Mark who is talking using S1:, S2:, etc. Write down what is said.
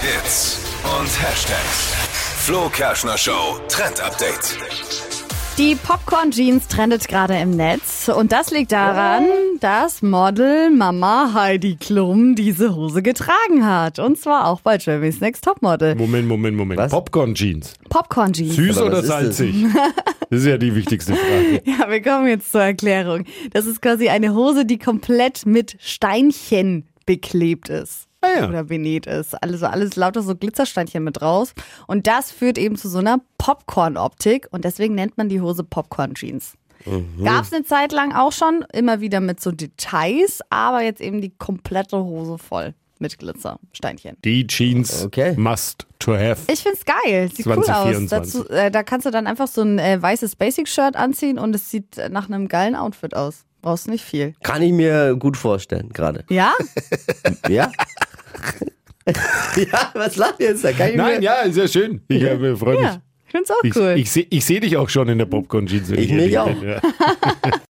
S1: Hits und Hashtags. Flo Kerschner Show Trend Update.
S2: Die Popcorn Jeans trendet gerade im Netz und das liegt daran, dass Model Mama Heidi Klum diese Hose getragen hat und zwar auch bei Jeremy's Next Topmodel.
S3: Moment, Moment, Moment.
S4: Was?
S3: Popcorn Jeans.
S2: Popcorn Jeans.
S3: Süß
S4: Aber
S3: oder
S4: was ist das?
S3: salzig? Das ist ja die wichtigste Frage.
S2: Ja, wir kommen jetzt zur Erklärung. Das ist quasi eine Hose, die komplett mit Steinchen beklebt ist.
S3: Ah ja.
S2: Oder benäht ist. Also alles lauter so Glitzersteinchen mit raus. Und das führt eben zu so einer Popcorn-Optik. Und deswegen nennt man die Hose Popcorn-Jeans.
S3: Mhm.
S2: Gab's eine Zeit lang auch schon, immer wieder mit so Details, aber jetzt eben die komplette Hose voll mit Glitzersteinchen.
S3: Die Jeans
S4: Okay.
S3: must to have.
S2: Ich find's geil. Sieht cool aus.
S3: 2024.
S2: Dazu, äh, da kannst du dann einfach so ein äh, weißes Basic-Shirt anziehen und es sieht äh, nach einem geilen Outfit aus. Brauchst nicht viel.
S4: Kann ich mir gut vorstellen, gerade.
S2: Ja?
S4: Ja? ja, was lacht ihr jetzt da? Kann ich
S3: Nein,
S4: mir...
S3: ja, ist ja schön. Ich äh, freue mich.
S2: ja. Ich find's auch
S3: Ich,
S2: cool.
S3: ich sehe ich seh dich auch schon in der Popcorn Jeans. wenn
S4: Ich
S3: ehrlich
S4: mich auch.
S3: bin, ja.